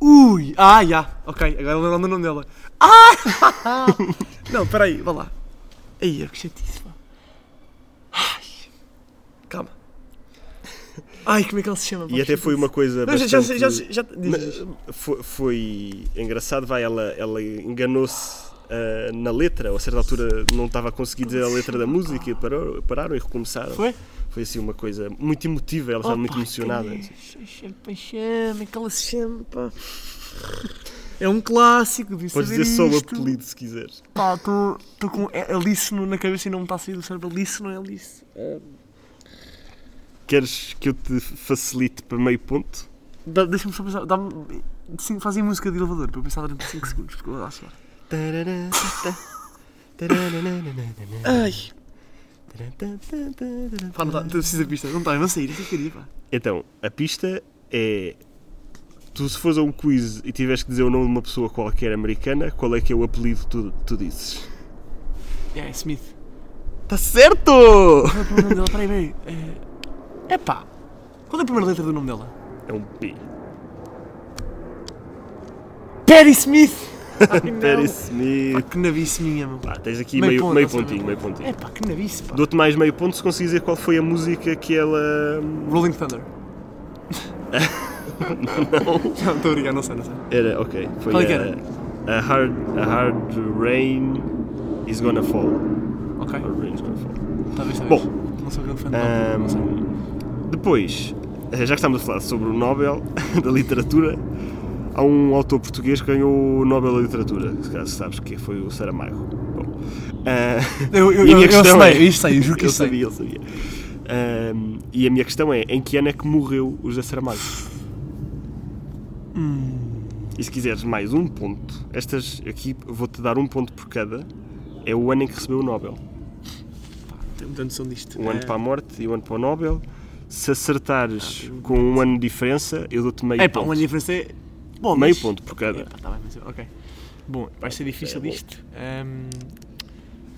Ui! Ah, já! Ok, agora lembro o nome dela. Ah! Não, peraí, vá lá. Aí, é que chatice, pá. Ai. Calma. Ai, como é que ela se chama? pá,
E até
que
foi uma coisa.
chatice. Não, já, já,
bastante-
já, já, diz,
Na-
diz.
foi, foi engraçado, vai, ela, ela enganou-se ah, na letra, ou a certa altura não estava a conseguir dizer a letra da música e parou- pararam e recomeçaram.
Foi?
Foi assim uma coisa muito emotiva, ela estava muito emocionada. assim.
Chama, que ela se chama, pá. É um clássico, devia
Podes
saber
dizer só o
isto.
apelido se quiseres.
Pá, estou com a- Alice no- na cabeça e não me está a sair do cérebro. Alice não é Alice.
Queres que eu te facilite para meio ponto?
Dá- Deixa-me só pensar. Dá-me. Sim, fazem música de elevador para eu pensar durante 5 segundos, porque eu vou lá chegar. Ai! Pá, não tá, precisa de pista. Não está, eu não sair. Isso é que eu queria, pá.
Então, a pista é. Tu, se fores a um quiz e tiveres que dizer o nome de uma pessoa qualquer americana, qual é que é o apelido que tu, tu dizes?
É, é Smith.
Está certo!
Qual é o primeiro nome dela? Peraí, peraí. É pá. Qual é a primeira letra do nome dela?
É um P.
Perry Smith! Ai, não.
Perry
Pá,
Smith.
que navice minha, meu.
Pá, tens aqui meio, meio,
ou seja,
pontinho, meio pontinho.
É pá, que navice, pá.
Dou-te mais meio ponto se conseguir dizer qual foi a música que ela.
Rolling Thunder. não, não. estou a brincar, não sei, não sei.
Era, ok. Foi
Qual é
a,
que era?
a hard, a hard Rain is Gonna Fall.
Ok,
Hard Rain is Gonna Fall.
talvez, talvez.
Bom. Eh,
Não sou grande fã de Nobel, não sei.
Ahm, depois, eh, já que estamos a falar sobre o Nobel da Literatura, há um autor português que ganhou o Nobel da Literatura, se calhar sabes que foi o Saramago. Bom, ah,
Eu, eu,
e a
eu,
minha
eu
questão
sei,
é-
eu sei, eu juro que
eu
eu sei.
sabia, eu sabia. Ahm, e a minha questão é, em que ano é que morreu o José Saramago?
Hum.
E se quiseres mais um ponto, estas aqui vou-te dar um ponto por cada, é o ano em que recebeu o Nobel.
Tenho tanta noção disto.
um ano
É. Ah,
para a morte e um ano para o Nobel. Se acertares com um ano de diferença, eu dou-te meio
É pá,
ponto.
uma diferença é. Bom,
Meio
mas-
ponto por cada.
É pá, tá bem, mas... Ok. Bom, vai ser difícil
É bom.
isto. Ahm,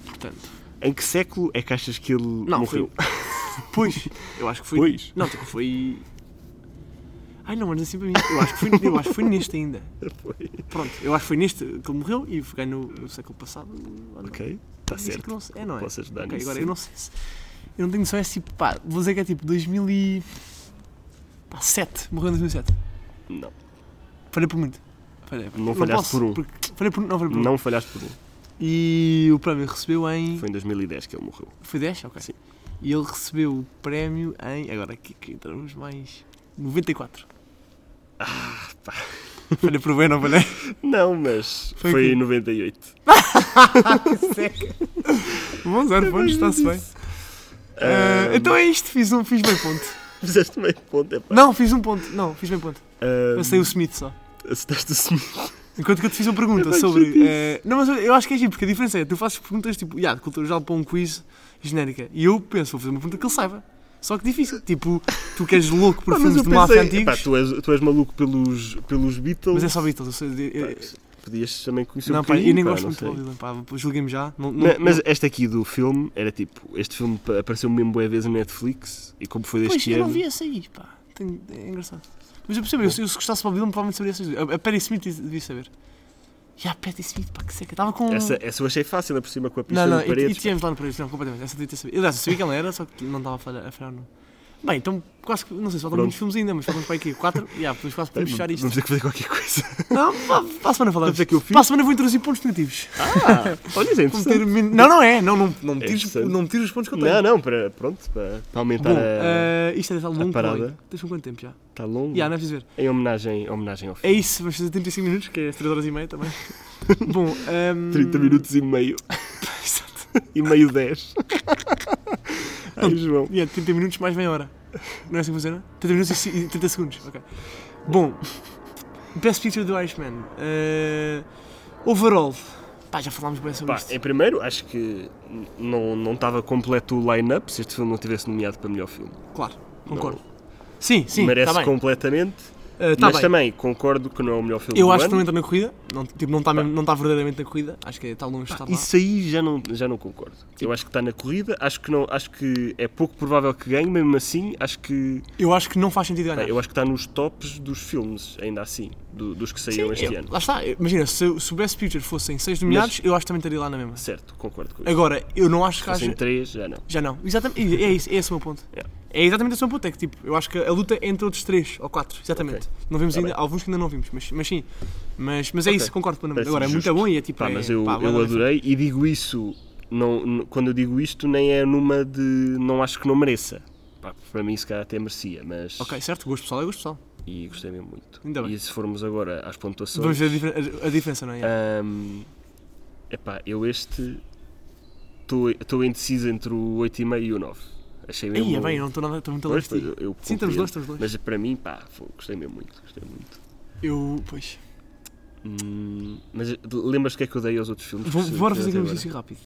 Portanto.
Em que século é que achas que ele
Não, foi.
morreu?
Pois, eu acho que foi.
Pois.
Não, tipo, foi. Ai não, mas assim para mim. Eu acho que foi, eu acho que foi neste ainda.
Foi.
Pronto, eu acho que foi neste que ele morreu e foi no, no século passado. ou não.
Ok, está
Isso é que
Tá certo.
não sei- é, não é?
Posso ajudar
Ok,
nisso?
agora eu não sei se. Eu não tenho só esse tipo. Pá, vou dizer que é tipo 2000 e. Pá, 7. Morreu em 2007.
Não,
Falei por muito. Falei,
Não falhaste
posso,
por um.
porque- Falei por, não, falei por um.
não falhaste por um.
E o prémio recebeu em. Foi,
Foi em 2010 que ele morreu.
10? Ok.
Sim.
E ele recebeu o prémio em. Agora aqui que entramos mais. 94. Ah,
pá.
Falei por bem, não falei?
Não, mas
Foi
foi,
o quê?
em 98.
Seca. Bom, zero pontos, está-se bem. Ah,
Ahm,
então é isto, fiz, um, fiz bem ponto.
Fizeste meio ponto, é pá.
Não, fiz um ponto. Não, fiz bem ponto.
Ahm,
Eu sei o Smith só.
Acertaste o Smith.
Enquanto que eu te fiz uma pergunta
Eu acho
sobre.
que eu disse.
eh, não, mas eu- eu acho que é giro, porque a diferença é: tu fazes perguntas tipo, yeah, de cultura geral para um quiz genérica. E eu penso, vou fazer uma pergunta que ele saiba. Só que difícil. Tipo, tu que és louco por
Pá, mas
filmes
eu
de máfia
pensei,
antigos.
epá, tu, és, tu és maluco pelos, pelos Beatles.
Mas é só Beatles. Eu, sei- eu- eu-
Pá, Podias também conhecer um
não, pá,
bocadinho,
eu nem
pá,
gosto
não
muito de
sei.
Bob Dylan, pá, julguei-me já. Não, não,
Ma- mas
não-
esta aqui do filme era tipo, este filme pa- apareceu mesmo boa vez na Netflix e como foi é deste
pois, eu não
ano,
vi essa aí, pá. Tenho- é engraçado. Mas eu percebo, eu, se eu se gostasse de Bob Dylan, provavelmente saberia essas duas. A, a Patti Smith devia saber. E a Patti Smith, pá, que seca. Estava com.
essa, essa eu achei fácil, ainda por cima com a pista
Não, não,
de
e, e
paredes.
tínhamos lá no Paris, não, completamente. Essa devia ter sabido. Aliás, eu sabia que ela era, só que não estava a falhar, a falhar não. Bem, então quase que, não sei se faltam
Pronto.
muitos filmes ainda, mas faltamos para aqui quatro. Já, depois quase podemos fechar isto.
Vamos ter que fazer qualquer coisa.
Não, pá, para a semana falamos.
Vamos ver é que eu fiz.
Para a semana vou introduzir pontos negativos.
Ah, olha, isso é
Vou meter
interessante.
min- Não, não é, não, não, não, me
É
tires,
interessante.
não me tires os pontos que eu tenho.
Não, não, para, pronto, para, para aumentar
Bom,
a...
eh, isto é tal
a
longo
parada.
também. Deixa-me um quanto tempo já? Já,
Está longo.
não é preciso ver.
Em homenagem, em homenagem ao
É
filme.
isso, vamos fazer 35 minutos, que é 3 horas e meia também. Bom, ehm,
30 minutos e meio.
Exato.
E meio 10. Ai, João.
Yeah, 30 é minutos mais meia hora. Não é assim que funciona? 30 minutos e ci- e 30 segundos. Ok. Bom, Best Picture do Irishman. Eh, overall. Pá, já falámos bem sobre
Pá, é
isto.
em primeiro, acho que n- não, não estava completo o line-up se este filme não tivesse nomeado para melhor filme.
Claro, concordo.
Não.
Sim, sim,
merece
está bem.
completamente,
Ah, tá
mas
bem.
também concordo que não é o melhor filme
Eu
do
acho que
ano.
não entra na corrida, não, tipo, não está não tá verdadeiramente na corrida, acho que é, está longe de estar lá.
Isso aí já não, já não concordo.
Tipo
Eu acho que está na corrida, acho que, não, acho que é pouco provável que ganhe, mesmo assim, acho que,
Eu acho que não faz sentido ganhar.
pá, eu acho que está nos tops dos filmes, ainda assim, do- dos que
Sim,
saíram este
eu-
ano.
Lá está, imagina, se, se o Best Picture fossem 6 nomeados, eu acho que também estaria lá na mesma.
Certo, concordo com isso.
Agora, eu não acho que
Fossem
haja.
três, já não.
Já não. Exatamente, é, isso, é esse o meu ponto.
Yeah.
É exatamente esse o meu ponto. É que tipo, eu acho que a luta é entre outros 3 ou 4, exatamente. Não vimos
Tá
ainda,
bem.
alguns que ainda não vimos, mas, mas sim. Mas, mas é
Ok.
isso, concordo plenamente.
Parece-me
Agora, é muito
justo.
bom e é tipo.
Pá,
é-
mas eu,
pá,
eu
boa
adorei e digo isso, não, n- quando eu digo isto, nem é numa de não acho que não mereça. Pá, para mim, se calhar até merecia, mas.
Ok, certo, gosto pessoal é gosto pessoal.
E gostei mesmo muito.
Ainda bem.
E se formos agora às pontuações.
Vamos ver a, difer- a- a diferença, não é? Yeah.
Ahm, epá, eu este estou indeciso entre o 8,5 e o 9. Achei mesmo.
Aí é bem, eu não estou nada, estou muito
Pois,
longe
pois,
de
eu,
ti.
eu
Sim, estamos
compreendo.
dois, estamos dois.
Mas para mim, pá, foi- gostei mesmo muito. Gostei muito.
Eu, pois.
Hum, mas lembras o que é que eu dei aos outros filmes?
Vou,
que se-
bora
que
fazer aqui
até
um
agora?
exercício rápido.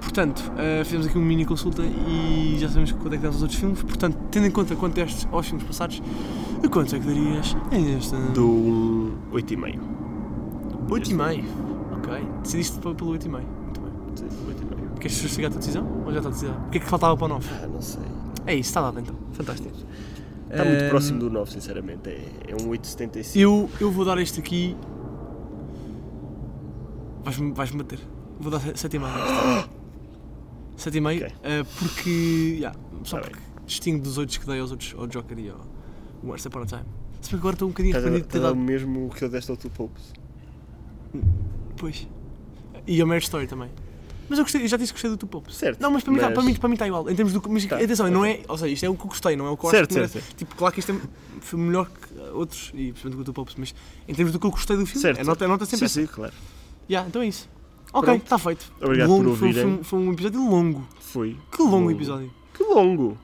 Portanto, eh, fizemos aqui uma mini consulta e já sabemos quanto é que damos aos outros filmes. Portanto, tendo em conta quanto deste aos filmes passados, a quanto é que darias a este?
Dou um 8,5.
8,5. Ok. Decidiste pe- pelo 8,5. Muito bem.
Sim, 8,5.
Queres justificar a tua decisão? Ou já está decidida? O que é que faltava para o 9?
Ah, não sei.
É isso, está dado então. Fantástico.
Está muito
Ahm,
próximo do 9, sinceramente. É, é um 8,75.
Eu, eu vou dar este aqui. Vais-me vais bater. Vou dar 7,5 a este. 7,5
Ok.
eh, porque. yeah, só
Tá bem.
porque distingo dos outros que dei aos outros, ao Joker e ao Once Upon a Time. Se bem que agora estou um bocadinho
Estás a-
arrependido de ter
estás a dar o
dado.
mesmo que eu deste ao Two Popes. um-
Pois. E a Mare Story também. Mas eu gostei, eu já disse que gostei do Two Pops.
Certo,
Não, mas para mim está
mas-
para mim, para mim tá igual. Em termos do, mas
Tá,
atenção, não
ok.
é. Ou seja, isto é o que eu gostei, não é o que eu acho
Certo,
que
certo,
merece. Tipo, claro que isto é, foi melhor que outros, e principalmente o Two Pops, mas em termos do que eu gostei do filme,
Certo.
a nota, a nota sempre é
Sim, sim, claro.
Ya, então é isso. Ok,
Pronto.
está feito.
Obrigado por
longo, foi,
ouvirem.
foi um- foi um episódio longo.
Foi.
Que longo episódio.
Que longo!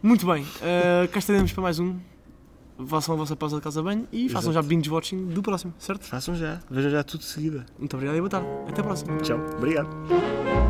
Muito bem, eh, cá estaremos para mais um. Façam a vossa pausa de casa de banho e façam já binge watching do próximo, certo?
Façam já, vejam já tudo de seguida.
Muito obrigado e boa tarde. Até a próxima.
Tchau, obrigado.